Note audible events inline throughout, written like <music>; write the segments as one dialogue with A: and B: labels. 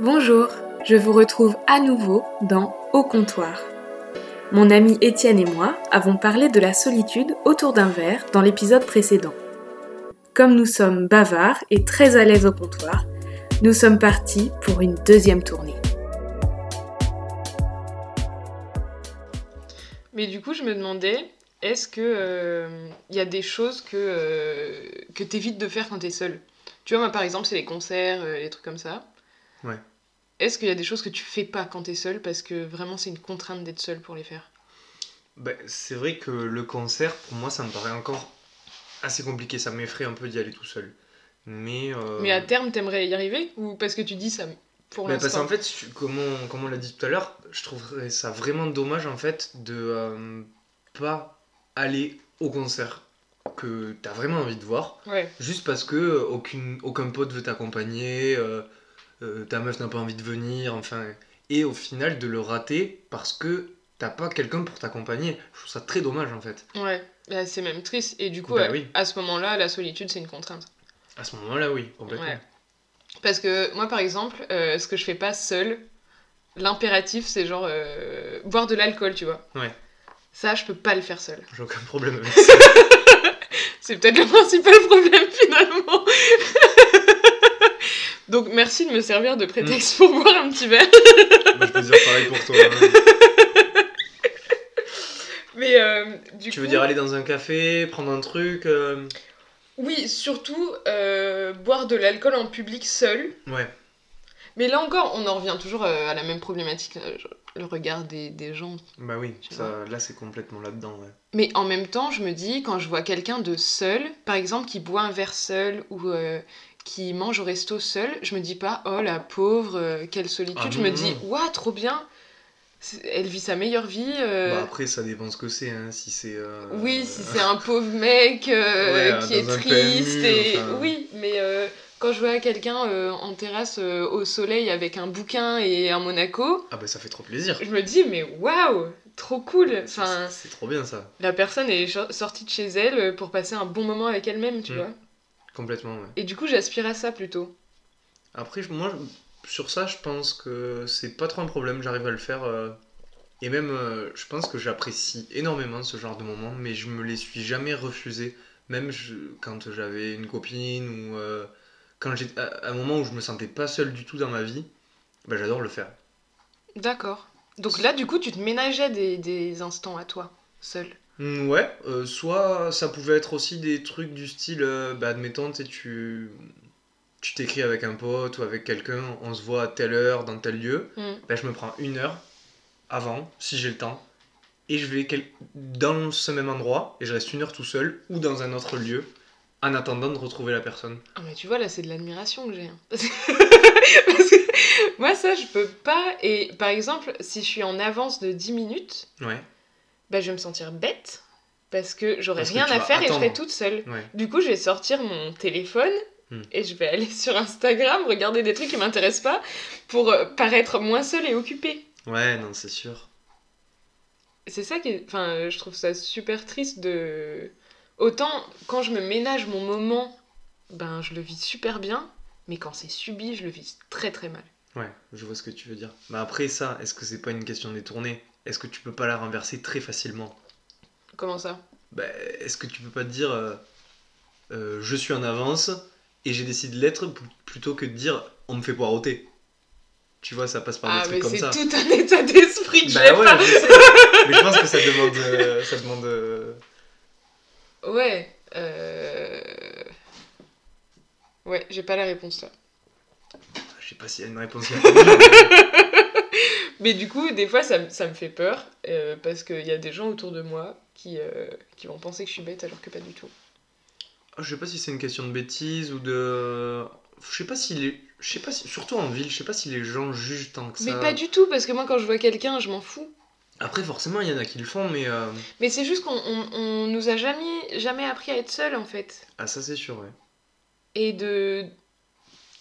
A: Bonjour, je vous retrouve à nouveau dans Au comptoir. Mon ami Étienne et moi avons parlé de la solitude autour d'un verre dans l'épisode précédent. Comme nous sommes bavards et très à l'aise au comptoir, nous sommes partis pour une deuxième tournée.
B: Mais du coup, je me demandais, est-ce que euh, y a des choses que, euh, que t'évites de faire quand t'es seul Tu vois, moi par exemple, c'est les concerts, euh, les trucs comme ça.
C: Ouais.
B: Est-ce qu'il y a des choses que tu fais pas quand t'es seul parce que vraiment c'est une contrainte d'être seul pour les faire
C: Ben, c'est vrai que le concert, pour moi, ça me paraît encore assez compliqué. Ça m'effraie un peu d'y aller tout seul. Mais, euh,
B: Mais à terme, t'aimerais y arriver Ou parce que tu dis ça pour
C: ben, parce
B: l'instant
C: qu'en fait, tu- comme on, comme on l'a dit tout à l'heure, je trouverais ça vraiment dommage en fait de euh, pas aller au concert que t'as vraiment envie de voir,
B: Ouais,
C: juste parce que euh, aucune, aucun pote veut t'accompagner, euh, euh, ta meuf n'a pas envie de venir, enfin, et au final de le rater parce que t'as pas quelqu'un pour t'accompagner. Je trouve ça très dommage en fait.
B: ouais. Bah, c'est même triste. Et du coup,
C: Bah
B: à,
C: oui.
B: à ce moment-là, la solitude, c'est une contrainte.
C: À ce moment-là, oui, complètement.
B: Ouais. Parce que moi, par exemple, euh, ce que je fais pas seul, l'impératif, c'est genre euh, boire de l'alcool, tu vois.
C: Ouais.
B: Ça, je peux pas le faire seul.
C: J'ai aucun problème avec ça.
B: C'est peut-être le <laughs> principal problème finalement. <laughs> Donc merci de me servir de
C: Mm.
B: prétexte pour boire un petit verre.
C: Moi, je peux dire pareil pour toi. hein.
B: <laughs> Mais euh, du
C: Tu
B: coup,
C: veux dire aller dans un café, prendre un truc euh,
B: oui, surtout euh, boire de l'alcool en public seul.
C: Ouais.
B: Mais là encore, on en revient toujours euh, à la même problématique, euh, genre, le regard des, des gens.
C: Bah oui,
B: Tu
C: ça, là c'est complètement là-dedans. Ouais.
B: Mais en même temps, je me dis quand je vois quelqu'un de seul, par exemple qui boit un verre seul ou euh, qui mange au resto seul, je me dis pas oh la pauvre, euh, quelle solitude.
C: Ah
B: je
C: non,
B: me
C: non,
B: dis
C: non.
B: waouh trop bien, C'est- elle vit sa meilleure vie. euh,
C: Bah après, ça dépend ce que c'est. Hein, si c'est. euh,
B: Oui, si
C: euh,
B: c'est un pauvre mec euh,
C: Ouais,
B: qui est
C: dans un
B: triste
C: PMU,
B: et
C: enfin.
B: oui, mais euh, quand je vois quelqu'un euh, en terrasse euh, au soleil avec un bouquin et un Monaco,
C: Ah bah ça fait trop plaisir.
B: je me dis mais waouh, trop cool. Enfin,
C: C'est- C'est trop bien ça.
B: la personne est cho- sortie de chez elle euh, pour passer un bon moment avec elle-même, tu
C: Mm.
B: vois.
C: Complètement, ouais.
B: Et du coup, j'aspire à ça plutôt.
C: Après, je- moi, je- sur ça, je pense que c'est pas trop un problème. J'arrive à le faire. euh, Et même, euh, je pense que j'apprécie énormément ce genre de moment, mais je me les suis jamais refusés. Même je- quand j'avais une copine ou euh, quand j'étais à, à un moment où je me sentais pas seul du tout dans ma vie, bah, j'adore le faire.
B: D'accord. Donc là, du coup, tu te ménageais des, des instants à toi, seul.
C: Mm, Ouais, euh, soit ça pouvait être aussi des trucs du style, euh, bah, admettons, tu sais, tu tu t'écris avec un pote ou avec quelqu'un, on se voit à telle heure, dans tel lieu,
B: Mm.
C: bah, je me prends une heure avant, si j'ai le temps, et je vais quel- dans ce même endroit, et je reste une heure tout seul, ou dans un autre lieu, en attendant de retrouver la personne.
B: Ah mais tu vois là c'est de l'admiration que j'ai. hein. <laughs> Parce que- parce que moi ça je peux pas et par exemple si je suis en avance de 10 minutes,
C: Ouais,
B: bah je vais me sentir bête parce que j'aurai
C: Parce que
B: rien
C: tu
B: à
C: vas
B: faire et je serai
C: attendre.
B: toute seule.
C: ouais.
B: Du coup je vais sortir mon téléphone
C: Hmm.
B: et je vais aller <laughs> sur Instagram regarder des trucs qui m'intéressent pas pour euh, paraître moins seule et occupée.
C: Ouais, non, c'est sûr.
B: C'est ça qui est... enfin euh, je trouve ça super triste de autant quand je me ménage mon moment, ben je le vis super bien, mais quand c'est subi, je le vis très très mal.
C: Ouais, je vois ce que tu veux dire. Mais après ça, est-ce que c'est pas une question détournée Est-ce que tu peux pas la renverser très facilement
B: Comment ça
C: Bah, est-ce que tu peux pas te dire euh, euh, je suis en avance et j'ai décidé de l'être p- plutôt que de dire on me fait poireauter Tu vois, ça passe par des
B: Ah, mais
C: trucs comme
B: c'est
C: ça.
B: tout un <laughs> état d'esprit que
C: Bah
B: j'ai
C: ouais,
B: pas.
C: je sais. mais je pense que ça demande. euh, ça demande euh,
B: Ouais. euh, Ouais, j'ai pas la réponse là.
C: Je sais pas s'il y a une réponse. là-dedans.
B: Mais du coup, des fois, ça, me- ça me fait peur euh, parce qu'il y a des gens autour de moi qui, euh, qui vont penser que je suis bête alors que pas du tout.
C: Ah, je sais pas si c'est une question de bêtise ou de. Je sais pas si les. Je sais pas si- Surtout en ville, je sais pas si les gens jugent tant que ça.
B: Mais pas du tout parce que moi, quand je vois quelqu'un, je m'en fous.
C: Après, forcément, il y en a qui le font, mais. euh,
B: Mais c'est juste qu'on on- on nous a jamais, jamais appris à être seul en fait.
C: Ah, ça, c'est sûr, ouais.
B: Et de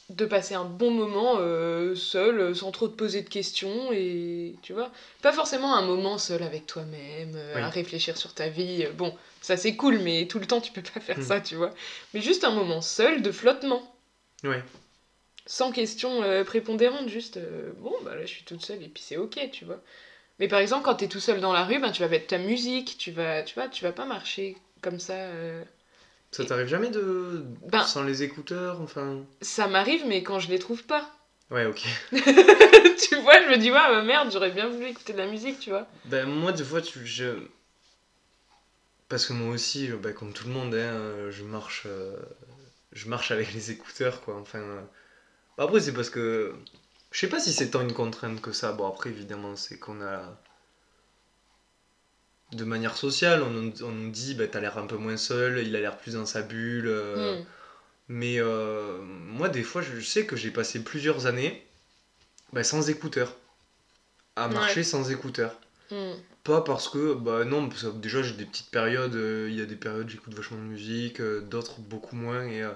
B: de passer un bon moment euh, seul, euh, sans trop te poser de questions, et tu vois. Pas forcément un moment seul avec toi-même, euh,
C: Oui.
B: à réfléchir sur ta vie. euh, Bon, ça c'est cool, mais tout le temps tu peux pas faire
C: Mm.
B: ça, tu vois. Mais juste un moment seul de flottement.
C: Ouais.
B: sans question euh, prépondérante, juste euh, bon, bah là je suis toute seule et puis c'est ok, tu vois. Mais par exemple, quand t'es tout seul dans la rue, ben, tu vas mettre ta musique, tu vas, tu vois, tu vas pas marcher comme ça. euh.
C: Ça t'arrive jamais de.
B: Ben-
C: sans les écouteurs, enfin.
B: Ça m'arrive, mais quand je les trouve pas.
C: Ouais, ok.
B: <laughs> tu vois, je me dis, ouais, bah merde, j'aurais bien voulu écouter de la musique, tu vois.
C: Ben moi des fois tu je parce que moi aussi euh, ben, comme tout le monde hein, euh, je marche euh, je marche avec les écouteurs quoi enfin euh, bah, après c'est parce que je sais pas si c'est tant une contrainte que ça bon après évidemment c'est qu'on a de manière sociale on nous, on nous dit bah t'as l'air un peu moins seul il a l'air plus dans sa bulle euh,
B: Hmm.
C: mais euh, moi, des fois, je sais que j'ai passé plusieurs années bah, sans écouteurs. À
B: Ouais.
C: marcher sans écouteurs.
B: Hmm.
C: Pas parce que, bah non, parce que déjà j'ai des petites périodes, euh, il y a des périodes où j'écoute vachement de musique, euh, d'autres beaucoup moins. Et euh,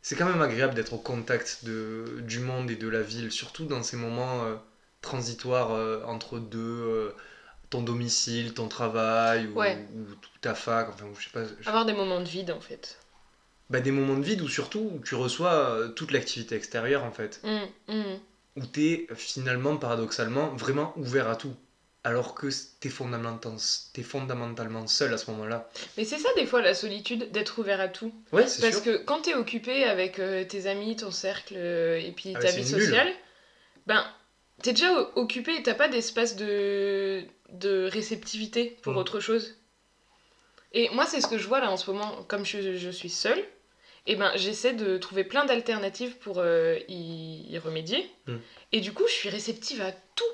C: c'est quand même agréable d'être au contact de, du monde et de la ville, surtout dans ces moments euh, transitoires euh, entre deux, euh, ton domicile, ton travail, ou,
B: Ouais.
C: ou ta fac, enfin, ou je sais pas. je-
B: Avoir des moments de vide, en fait.
C: bah, des moments de vide où surtout tu reçois euh, toute l'activité extérieure en fait,
B: Hmm, hmm.
C: où t'es finalement paradoxalement vraiment ouvert à tout, alors que t'es fondamentalement, t'es fondamentalement seul à ce moment-là.
B: Mais c'est ça, des fois, la solitude, d'être ouvert à tout.
C: Ouais, c'est
B: Parce
C: sûr.
B: que quand t'es occupé avec euh, tes amis, ton cercle euh, et puis
C: Ah,
B: ta
C: c'est
B: vie
C: une bulle.
B: sociale, ben t'es déjà o- occupé et t'as pas d'espace de, de réceptivité pour
C: Mm.
B: autre chose. Et moi, c'est ce que je vois là en ce moment, comme je, je suis seule, et ben j'essaie de trouver plein d'alternatives pour euh, y, y remédier.
C: Mm.
B: Et du coup, je suis réceptive à tout.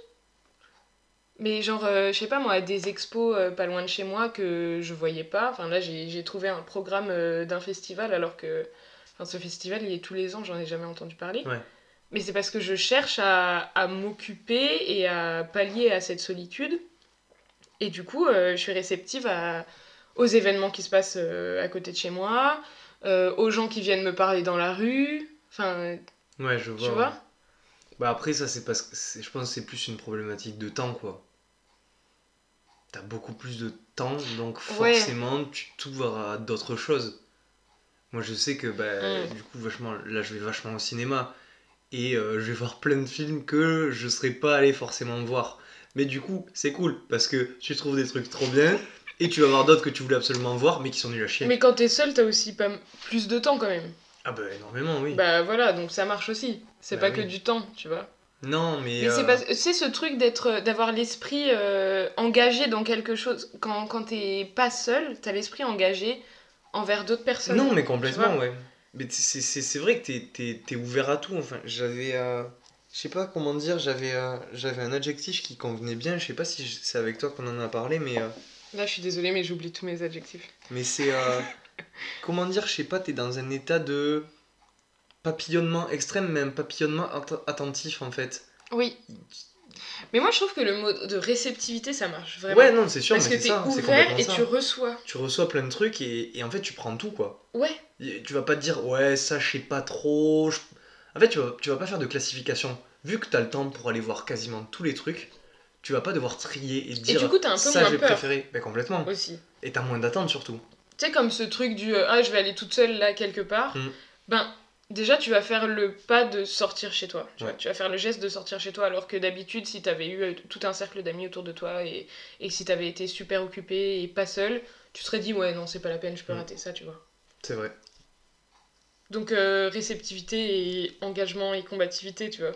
B: Mais genre, euh, je sais pas moi, à des expos euh, pas loin de chez moi que je voyais pas. Enfin là, j'ai j'ai trouvé un programme euh, d'un festival alors que enfin, ce festival, il est tous les ans, j'en ai jamais entendu parler.
C: Ouais.
B: Mais c'est parce que je cherche à, à m'occuper et à pallier à cette solitude. Et du coup, euh, je suis réceptive à- aux événements qui se passent euh, à côté de chez moi, euh, aux gens qui viennent me parler dans la rue. Enfin,
C: Ouais, je vois.
B: tu
C: ouais.
B: vois
C: Bah après ça c'est parce que c'est- je pense que c'est plus une problématique de temps quoi. T'as beaucoup plus de temps donc
B: Ouais.
C: forcément tu t'ouvres à d'autres choses. Moi je sais que bah,
B: Mm.
C: du coup vachement là je vais vachement au cinéma et euh, je vais voir plein de films que je serais pas allé forcément voir. Mais du coup c'est cool parce que tu trouves des trucs trop bien et tu vas voir d'autres que tu voulais absolument voir mais qui sont nuls à chier.
B: Mais quand t'es seul, t'as aussi pas m- plus de temps quand même.
C: Ah bah énormément oui.
B: Bah voilà, donc ça marche aussi. C'est
C: Bah
B: pas que
C: oui.
B: du temps, tu vois.
C: Non mais...
B: Mais c'est
C: euh,
B: pas- c'est ce truc d'être, d'avoir l'esprit euh, engagé dans quelque chose. Quand, quand t'es pas seul, t'as l'esprit engagé envers d'autres personnes.
C: Non, mais
B: hein, Tu
C: complètement,
B: vois
C: ouais. Mais t- c'est- c'est c'est vrai que t'es- t'es t'es ouvert à tout. Enfin, j'avais. euh, je sais pas comment dire, j'avais euh, j'avais un adjectif qui convenait bien. Je sais pas si je- c'est avec toi qu'on en a parlé, mais, euh,
B: Là, je suis désolée, mais j'oublie tous mes adjectifs.
C: mais c'est.
B: <laughs>
C: euh, comment dire, je sais pas, t'es dans un état de papillonnement extrême, mais un papillonnement at- attentif en fait.
B: Oui. Mais moi, je trouve que le mot de réceptivité, ça marche vraiment.
C: Ouais, non, c'est sûr,
B: Parce que
C: mais
B: t'es
C: c'est ça. C'est
B: ouvert
C: complètement
B: et
C: ça.
B: tu reçois.
C: Tu reçois plein de trucs et, et en fait, tu prends tout quoi.
B: Ouais.
C: Et Tu vas pas te dire, ouais, ça, je sais pas trop. je- En fait, tu vas, tu vas pas faire de classification. Vu que t'as le temps pour aller voir quasiment tous les trucs, tu vas pas devoir trier et te
B: Et
C: dire,
B: du coup, t'as un peu
C: ça, je
B: moins
C: vais
B: peur
C: préférer. Ben, complètement.
B: aussi.
C: Et t'as moins d'attente surtout.
B: Tu sais, comme ce truc du euh, ah, je vais aller toute seule là quelque part.
C: Mm.
B: Ben, déjà, tu vas faire le pas de sortir chez toi. Tu, vois.
C: Ouais.
B: Tu vas faire le geste de sortir chez toi, alors que d'habitude, si t'avais eu euh, tout un cercle d'amis autour de toi et, et que si t'avais été super occupé et pas seul, tu te serais dit ouais, non, c'est pas la peine, je peux
C: Mm.
B: rater ça, tu vois.
C: C'est vrai.
B: Donc, euh, réceptivité et engagement et combativité, tu vois.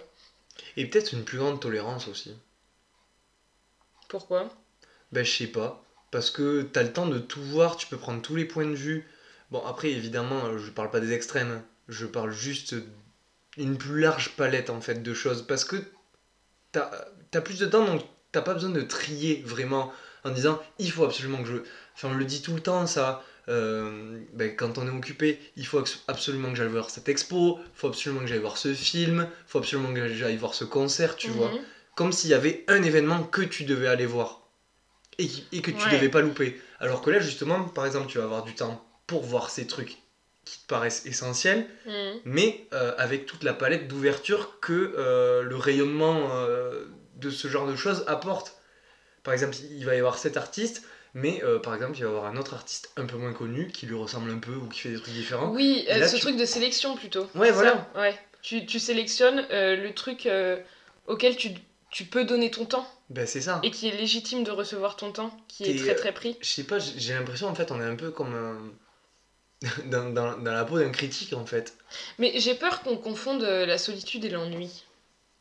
C: Et peut-être une plus grande tolérance aussi.
B: Pourquoi
C: Ben, je sais pas. Parce que t'as le temps de tout voir, tu peux prendre tous les points de vue. Bon, après, évidemment, euh, je parle pas des extrêmes. hein. Je parle juste une plus large palette, en fait, de choses. Parce que t'as as plus de temps, donc t'as pas besoin de trier, vraiment, en disant, il faut absolument que je... Enfin, on le dit tout le temps, ça. Euh, ben, quand on est occupé, il faut abs- absolument que j'aille voir cette expo, faut absolument que j'aille voir ce film, faut absolument que j'aille voir ce concert, tu vois
B: Mhm.
C: comme s'il y avait un événement que tu devais aller voir et, qui- et que tu
B: Ouais.
C: devais pas louper. Alors que là, justement, par exemple, tu vas avoir du temps pour voir ces trucs qui te paraissent essentiels,
B: Mhm.
C: mais euh, avec toute la palette d'ouverture que euh, le rayonnement euh, de ce genre de choses apporte. Par exemple, il va y avoir cet artiste, mais euh, par exemple, il va y avoir un autre artiste un peu moins connu qui lui ressemble un peu ou qui fait des trucs différents.
B: Oui,
C: Et
B: euh,
C: là,
B: ce
C: tu-
B: truc de sélection plutôt.
C: Ouais,
B: Ça,
C: voilà.
B: Ouais. Tu, tu sélectionnes euh, le truc euh, auquel tu, tu peux donner ton temps
C: Ben, c'est ça.
B: et qui est légitime de recevoir ton temps, qui est
C: T'es,
B: très
C: euh,
B: très pris.
C: Je sais pas, j'ai j'ai l'impression en fait, on est un peu comme un... <laughs> dans, dans, dans la peau d'un critique en fait.
B: Mais j'ai peur qu'on confonde euh, la solitude et l'ennui.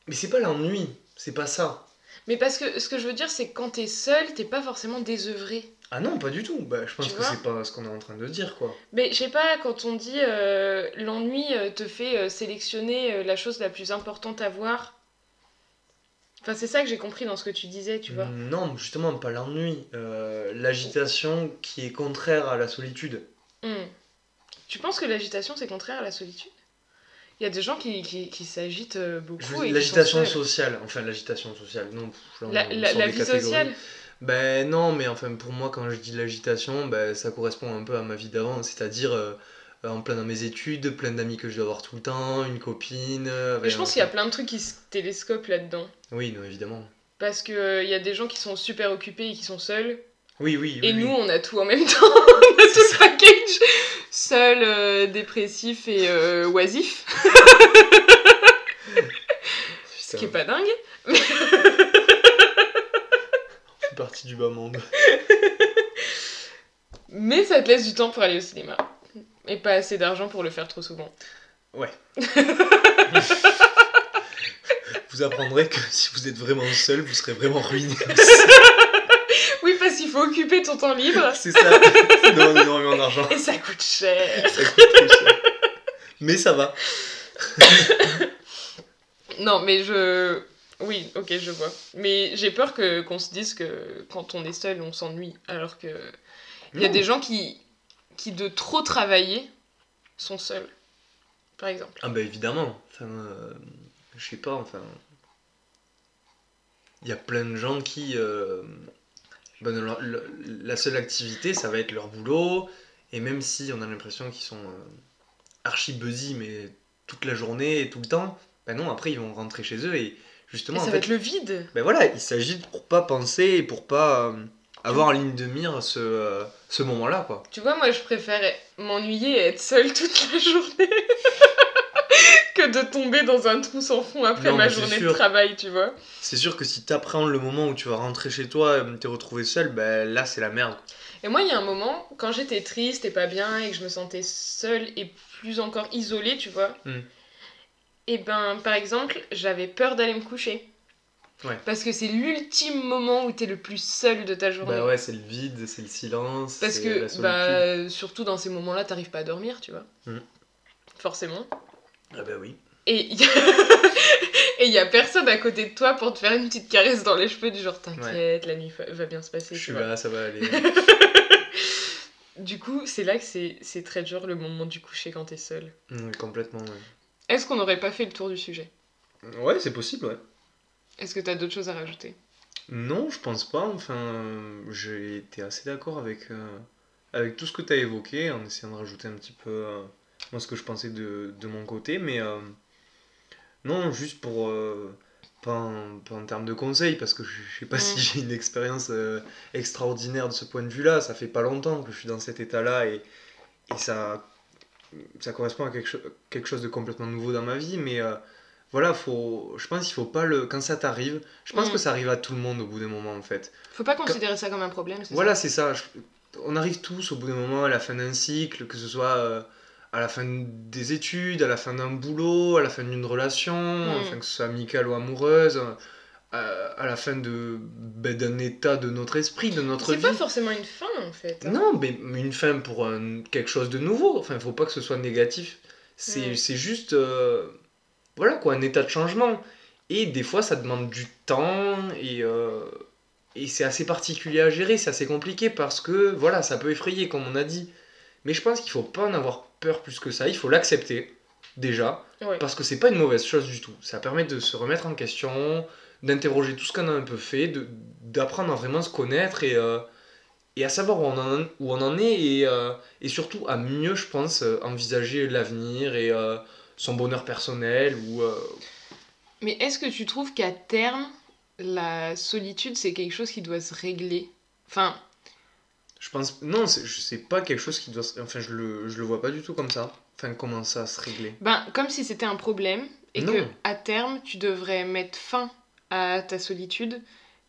C: Mais c'est pas l'ennui, c'est pas ça.
B: Mais parce que ce que je veux dire, c'est que quand t'es seul, t'es pas forcément désœuvré.
C: Ah non, pas du tout. Bah, je pense
B: Tu
C: que
B: vois
C: c'est pas ce qu'on est en train de dire quoi.
B: Mais je sais pas, quand on dit euh, l'ennui euh, te fait euh, sélectionner euh, la chose la plus importante à voir. Enfin, c'est ça que j'ai compris dans ce que tu disais,
C: Mm.
B: tu vois.
C: Non, justement, pas l'ennui. Euh, L'agitation qui est contraire à la solitude.
B: Hmm. Tu penses que l'agitation, c'est contraire à la solitude Il y a des gens qui, qui, qui s'agitent euh, beaucoup.
C: Je-
B: et qui sont
C: L'agitation
B: seuls.
C: sociale, enfin l'agitation sociale, non. pff, là, on-
B: La, la-
C: on sort
B: la
C: des
B: vie
C: catégories.
B: sociale
C: Ben non, mais enfin pour moi quand je dis l'agitation, ben, ça correspond un peu à ma vie d'avant, c'est-à-dire euh, en plein dans mes études, plein d'amis que je dois avoir tout le temps, une copine. euh,
B: Mais je
C: ben,
B: pense
C: un-
B: qu'il y a plein de trucs qui se télescopent là-dedans.
C: Oui, non, évidemment.
B: Parce qu'il il y a des gens qui sont super occupés et qui sont seuls.
C: Oui, oui. oui,
B: Et
C: oui.
B: nous, on a tout en même <laughs> temps. on a tout le package. Seul, euh, dépressif et euh, oisif. Ce
C: Putain,
B: qui est pas dingue.
C: on fait partie du bas monde.
B: Mais ça te laisse du temps pour aller au cinéma. Et pas assez d'argent pour le faire trop souvent.
C: Vous apprendrez que si vous êtes vraiment seul, vous serez vraiment ruiné.
B: <laughs> Oui, parce qu'il faut occuper ton temps libre.
C: C'est ça. Ça demande énormément d'argent.
B: Et ça coûte cher.
C: Ça coûte très cher. Mais ça va.
B: Non, mais je. Oui, ok, je vois. Mais j'ai peur que qu'on se dise que quand on est seul, on s'ennuie. Alors que. Il y a
C: Non.
B: des gens qui, qui, de trop travailler, sont seuls. Par exemple.
C: Ah bah évidemment, enfin, euh, je sais pas, enfin... Il y a plein de gens qui... euh, ben, leur- leur- la seule activité, ça va être leur boulot, et même si on a l'impression qu'ils sont euh, archi busy, mais toute la journée et tout le temps, ben non, après ils vont rentrer chez eux, et
B: Et
C: justement,
B: ça
C: en
B: va
C: fait,
B: être le vide.
C: ben voilà, il s'agit de- pour pas penser, et pour pas euh, avoir en ligne de mire ce, euh, ce moment-là, quoi.
B: Tu vois, moi, je préfère m'ennuyer et être seule toute la journée <laughs> que de tomber dans un trou sans fond après
C: Non,
B: ma
C: mais c'est
B: journée de
C: sûr.
B: travail, tu vois.
C: C'est sûr que si t'appréhendes le moment où tu vas rentrer chez toi, euh, t'es retrouvé seul, ben là c'est la merde.
B: Et moi, il y a un moment, quand j'étais triste et pas bien et que je me sentais seule et plus encore isolée, tu vois,
C: Mm.
B: et ben, par exemple, j'avais peur d'aller me coucher.
C: Ouais.
B: Parce que c'est l'ultime moment où t'es le plus seul de ta journée.
C: Bah ouais, c'est le vide, c'est le silence.
B: Parce
C: c'est
B: que,
C: la solitude.
B: bah, surtout dans ces moments-là, t'arrives pas à dormir, tu vois.
C: Mm.
B: Forcément.
C: Ah bah oui.
B: Et <laughs> il y a personne à côté de toi pour te faire une petite caresse dans les cheveux du genre t'inquiète, la nuit fa- va bien se passer.
C: Je
B: tu
C: suis
B: vois.
C: là, ça
B: <laughs>
C: va aller.
B: Du coup, c'est là que c'est c'est très dur le moment du coucher quand t'es seul.
C: Mm, complètement, ouais.
B: Est-ce qu'on n'aurait pas fait le tour du sujet
C: Ouais, c'est possible, ouais.
B: Est-ce que t'as d'autres choses à rajouter
C: Non, je pense pas. Enfin, euh, j'ai été assez d'accord avec, euh, avec tout ce que t'as évoqué, en essayant de rajouter un petit peu euh, moi ce que je pensais de, de mon côté. Mais euh, non, juste pour. euh, pas, en, pas en termes de conseils, parce que je, je sais pas
B: Mm.
C: si j'ai une expérience euh, extraordinaire de ce point de vue-là. Ça fait pas longtemps que je suis dans cet état-là et, et ça, ça correspond à quelque, cho- quelque chose de complètement nouveau dans ma vie. Mais euh, voilà, faut, je pense qu'il faut pas le. Quand ça t'arrive, je pense
B: Mm.
C: que ça arrive à tout le monde au bout d'un moment en fait.
B: Faut pas considérer ça comme un problème, c'est
C: Voilà, c'est ça. Je- on arrive tous au bout d'un moment à la fin d'un cycle, que ce soit euh, à la fin des études, à la fin d'un boulot, à la fin d'une relation,
B: Mm.
C: enfin, que ce soit amicale ou amoureuse, euh, à, à la fin de ben, d'un état de notre esprit, de
B: ça
C: notre
B: C'est
C: vie.
B: pas forcément une fin en fait. hein.
C: Non, mais une fin pour un- quelque chose de nouveau. Enfin, faut pas que ce soit négatif. C'est
B: Mm.
C: c'est juste, euh, voilà quoi, un état de changement. Et des fois, ça demande du temps et, euh, et c'est assez particulier à gérer, c'est assez compliqué parce que, voilà, ça peut effrayer, comme on a dit. Mais je pense qu'il faut pas en avoir peur plus que ça. Il faut l'accepter, déjà,
B: Ouais.
C: parce que c'est pas une mauvaise chose du tout. Ça permet de se remettre en question, d'interroger tout ce qu'on a un peu fait, de- d'apprendre à vraiment se connaître et... euh, et à savoir où on en, où on en est et, euh, et surtout à mieux, je pense, euh, envisager l'avenir et euh, son bonheur personnel ou... euh,
B: Mais est-ce que tu trouves qu'à terme, la solitude c'est quelque chose qui doit se régler Enfin,
C: Je pense. Non, c'est je- c'est pas quelque chose qui doit. se- Enfin, je le, je le vois pas du tout comme ça. Enfin, comment ça se régler
B: Ben, comme si c'était un problème et
C: Non.
B: que à terme, tu devrais mettre fin à ta solitude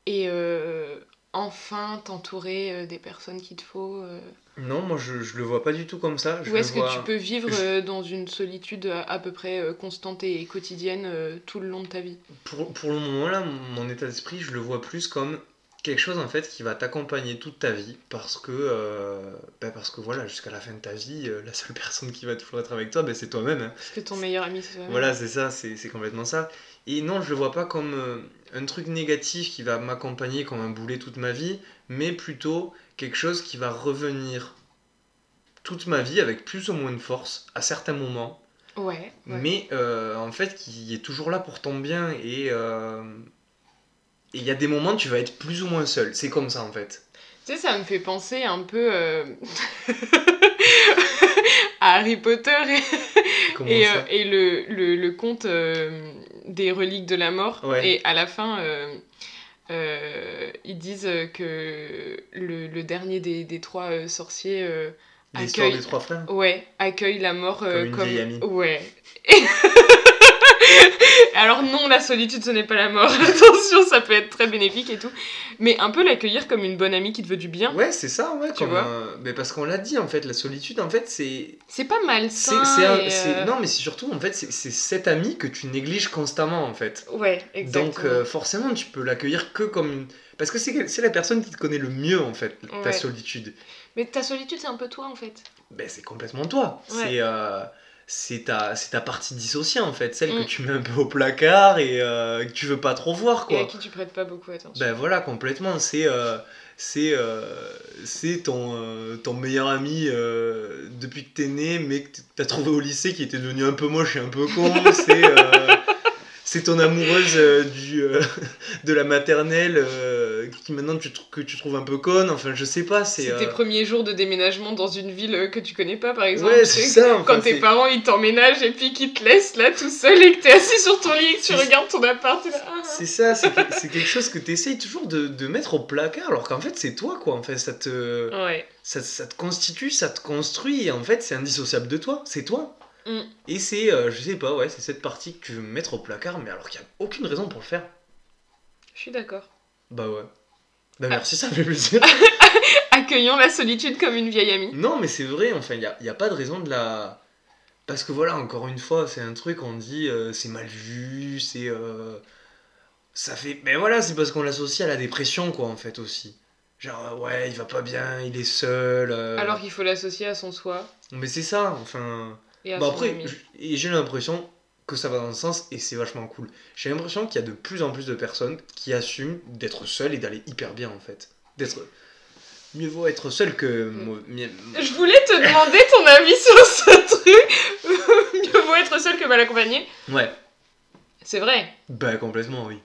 B: et euh, enfin t'entourer euh, des personnes qu'il te faut. euh.
C: Non, moi, je, je le vois pas du tout comme ça. Je
B: Ou
C: le
B: est-ce que
C: vois-
B: tu peux vivre
C: je-
B: euh, dans une solitude à, à peu près euh, constante et quotidienne euh, tout le long de ta vie
C: Pour, pour le moment, là, mon état d'esprit, je le vois plus comme quelque chose en fait qui va t'accompagner toute ta vie parce que euh, ben, parce que voilà jusqu'à la fin de ta vie euh, la seule <laughs> personne qui va toujours être avec toi ben, c'est toi-même hein.
B: Parce que ton meilleur ami, c'est toi-même.
C: Voilà, c'est ça, c'est c'est complètement ça. Et non, je le vois pas comme euh, un truc négatif qui va m'accompagner comme un boulet toute ma vie, mais plutôt quelque chose qui va revenir toute ma vie avec plus ou moins de force à certains moments,
B: Ouais. ouais.
C: mais euh, en fait qui est toujours là pour ton bien. Et euh, et il y a des moments tu vas être plus ou moins seul, c'est comme ça en fait.
B: Tu sais, ça me fait penser un peu euh, <laughs> à Harry Potter et
C: Comment
B: Et,
C: ça
B: euh, et le, le, le conte euh, des reliques de la mort.
C: Ouais.
B: Et à la fin, euh, euh, ils disent euh, que le, le dernier des, des trois euh, sorciers euh,
C: L'histoire
B: accueille-
C: des trois frères
B: ouais, accueille la mort euh,
C: Comme une vieille amie.
B: Ouais. <laughs> Alors non, la solitude, ce n'est pas la mort. <laughs> Attention, ça peut être très bénéfique et tout. Mais un peu l'accueillir comme une bonne amie qui te veut du bien.
C: Ouais, c'est ça, ouais.
B: Tu
C: comme
B: vois
C: un- Mais parce qu'on l'a dit, en fait, la solitude, en fait, c'est
B: C'est pas euh, mal
C: C'est, c'est un- c'est-
B: ça.
C: Non, mais c'est surtout, en fait, c'est, c'est cet ami que tu négliges constamment, en fait.
B: Ouais, exactement.
C: Donc, euh, forcément, tu peux l'accueillir que comme une. Parce que c'est, c'est la personne qui te connaît le mieux, en fait, ta
B: Ouais.
C: solitude.
B: Mais ta solitude, c'est un peu toi en fait.
C: Ben, c'est complètement toi.
B: Ouais.
C: C'est, euh, c'est, ta, c'est ta partie dissociée, en fait, celle
B: Mm.
C: que tu mets un peu au placard et euh, que tu veux pas trop voir,
B: Et à
C: quoi.
B: qui tu prêtes pas beaucoup attention.
C: Ben voilà, complètement. C'est euh, c'est euh, c'est ton, euh, ton meilleur ami euh, depuis que t'es né, mais que t'as trouvé au lycée qui était devenu un peu moche et un peu
B: <laughs>
C: con. c'est euh, c'est ton amoureuse euh, du, euh, <laughs> de la maternelle euh, qui maintenant tu, trou- que tu trouves un peu conne. Enfin, je sais pas. C'est
B: C'est tes
C: euh,
B: premiers jours de déménagement dans une ville euh, que tu connais pas, par exemple.
C: Ouais,
B: tu
C: c'est
B: sais,
C: ça. enfin,
B: <laughs> Quand tes
C: c'est-
B: parents ils t'emménagent et puis qu'ils te laissent là tout seul et que t'es assis sur ton lit et que tu
C: C'est-
B: regardes ton appart, t'es là. Ah,
C: <laughs> C'est ça, c'est que- c'est quelque chose que t'essayes toujours de, de mettre au placard, alors qu'en fait c'est toi quoi. En fait, ça te.
B: ah. Ouais.
C: ça, ça te constitue, ça te construit, et en fait, c'est indissociable de toi, c'est toi.
B: Mm.
C: Et c'est, euh, je sais pas, ouais, c'est cette partie que tu veux mettre au placard, mais alors qu'il n'y a aucune raison pour le faire.
B: Je suis d'accord.
C: Bah ouais.
B: Ah.
C: Bah merci, ça me fait plaisir.
B: <laughs> Accueillons la solitude comme une vieille amie.
C: non, mais c'est vrai, enfin, il n'y a, y a pas de raison de la. Parce que voilà, encore une fois, c'est un truc, on dit, euh, c'est mal vu, c'est. euh, Ça fait. Mais voilà, c'est parce qu'on l'associe à la dépression, quoi, en fait, aussi. Genre, ouais, il va pas bien, il est seul. euh,
B: Alors qu'il faut l'associer à son soi
C: Mais c'est ça, enfin.
B: et à
C: Bah
B: son
C: après,
B: ami.
C: j- et j'ai l'impression que ça va dans le sens et c'est vachement cool. J'ai l'impression qu'il y a de plus en plus de personnes qui assument d'être seules et d'aller hyper bien en fait. D'être mieux vaut être seul que
B: Mm.
C: mau- mi-
B: Je voulais te demander ton avis <laughs> sur ce truc. <laughs> Mieux vaut être seul que mal accompagné.
C: ouais.
B: C'est vrai.
C: Bah complètement
B: <laughs>
C: oui.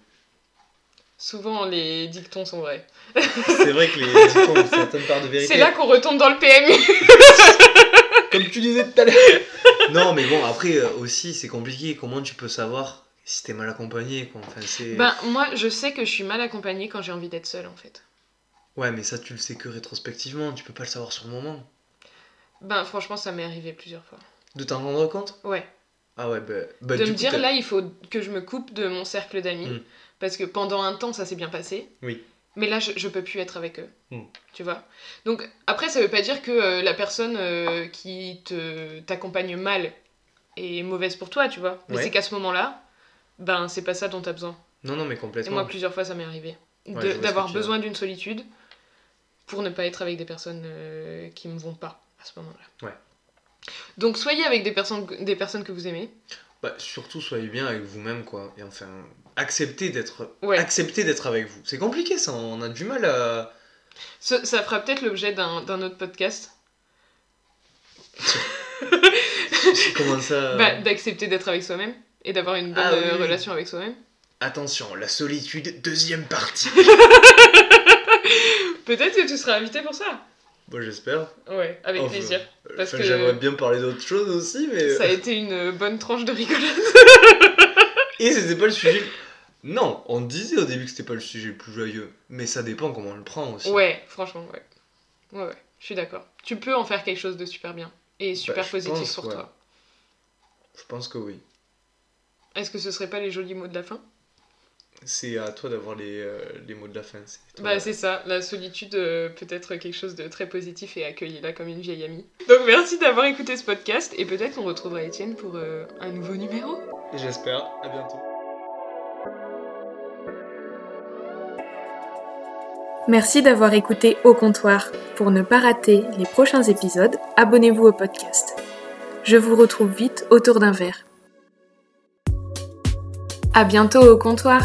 B: Souvent les dictons sont vrais.
C: C'est vrai que les dictons ont une certaine part de vérité.
B: C'est là qu'on retombe dans le PMU.
C: Comme tu disais tout à l'heure. <laughs> non mais bon après euh, aussi c'est compliqué. Comment tu peux savoir si t'es mal accompagné quoi Enfin c'est.
B: Ben, moi, je sais que je suis mal accompagnée quand j'ai envie d'être seule, en fait.
C: Ouais mais ça tu le sais que rétrospectivement. Tu peux pas le savoir sur le moment.
B: Ben, franchement, ça m'est arrivé plusieurs fois.
C: De t'en rendre compte.
B: Ouais.
C: Ah ouais bah. bah,
B: de
C: du
B: me
C: coup,
B: dire,
C: t'as-
B: là, il faut que je me coupe de mon cercle d'amis.
C: Mm.
B: Parce que pendant un temps, ça s'est bien passé.
C: Oui.
B: Mais là, je, je peux plus être avec eux.
C: Mm.
B: Tu vois Donc, après, ça veut pas dire que euh, la personne euh, qui te t'accompagne mal est mauvaise pour toi, tu vois. Mais
C: Ouais.
B: c'est qu'à ce moment-là, ben, c'est pas ça dont t'as besoin.
C: Non, non, mais
B: Et
C: complètement.
B: moi, plusieurs fois, ça m'est arrivé. De-
C: vois ce que
B: D'avoir
C: tu veux.
B: besoin d'une solitude pour ne pas être avec des personnes euh, qui me vont pas à ce moment-là.
C: Ouais.
B: Donc, soyez avec des personnes, des personnes que vous aimez.
C: Bah, surtout, soyez bien avec vous-même, quoi. Et enfin, acceptez d'être
B: Ouais.
C: acceptez d'être avec vous. C'est compliqué, ça. On a du mal
B: <laughs>
C: à.
B: Ce- ça fera peut-être l'objet d'un d'un autre podcast.
C: Comment ça
B: Bah, D'accepter d'être avec soi-même et d'avoir une bonne
C: Euh. Ah oui,
B: euh,
C: oui.
B: relation avec soi-même.
C: Attention, la solitude, deuxième
B: <laughs>
C: partie.
B: Peut-être que tu seras invité pour ça.
C: bon, j'espère.
B: Ouais, avec
C: Enfin,
B: plaisir.
C: Euh,
B: Parce
C: enfin,
B: que-
C: J'aimerais bien parler d'autre chose aussi, mais.
B: Ça a été une bonne tranche de
C: <laughs>
B: rigolade.
C: euh, Et c'était pas le sujet. Non, on disait au début que c'était pas le sujet le plus joyeux, mais ça dépend comment on le prend aussi.
B: Ouais, franchement, ouais. Ouais, ouais, je suis d'accord. Tu peux en faire quelque chose de super bien et super
C: Bah, je
B: positif
C: pense,
B: pour
C: ouais.
B: toi.
C: Je pense que oui.
B: Est-ce que ce serait pas les jolis mots de la fin
C: C'est à toi d'avoir les, euh, les mots de la fin. c'est toi.
B: Bah, c'est ça. La solitude euh, peut être quelque chose de très positif et accueilli-la comme une vieille amie. Donc, merci d'avoir écouté ce podcast et peut-être qu'on retrouvera Étienne pour euh, un nouveau numéro.
C: Et J'espère. À bientôt.
A: Merci d'avoir écouté Au Comptoir. Pour ne pas rater les prochains épisodes, abonnez-vous au podcast. Je vous retrouve vite autour d'un verre. À bientôt au comptoir!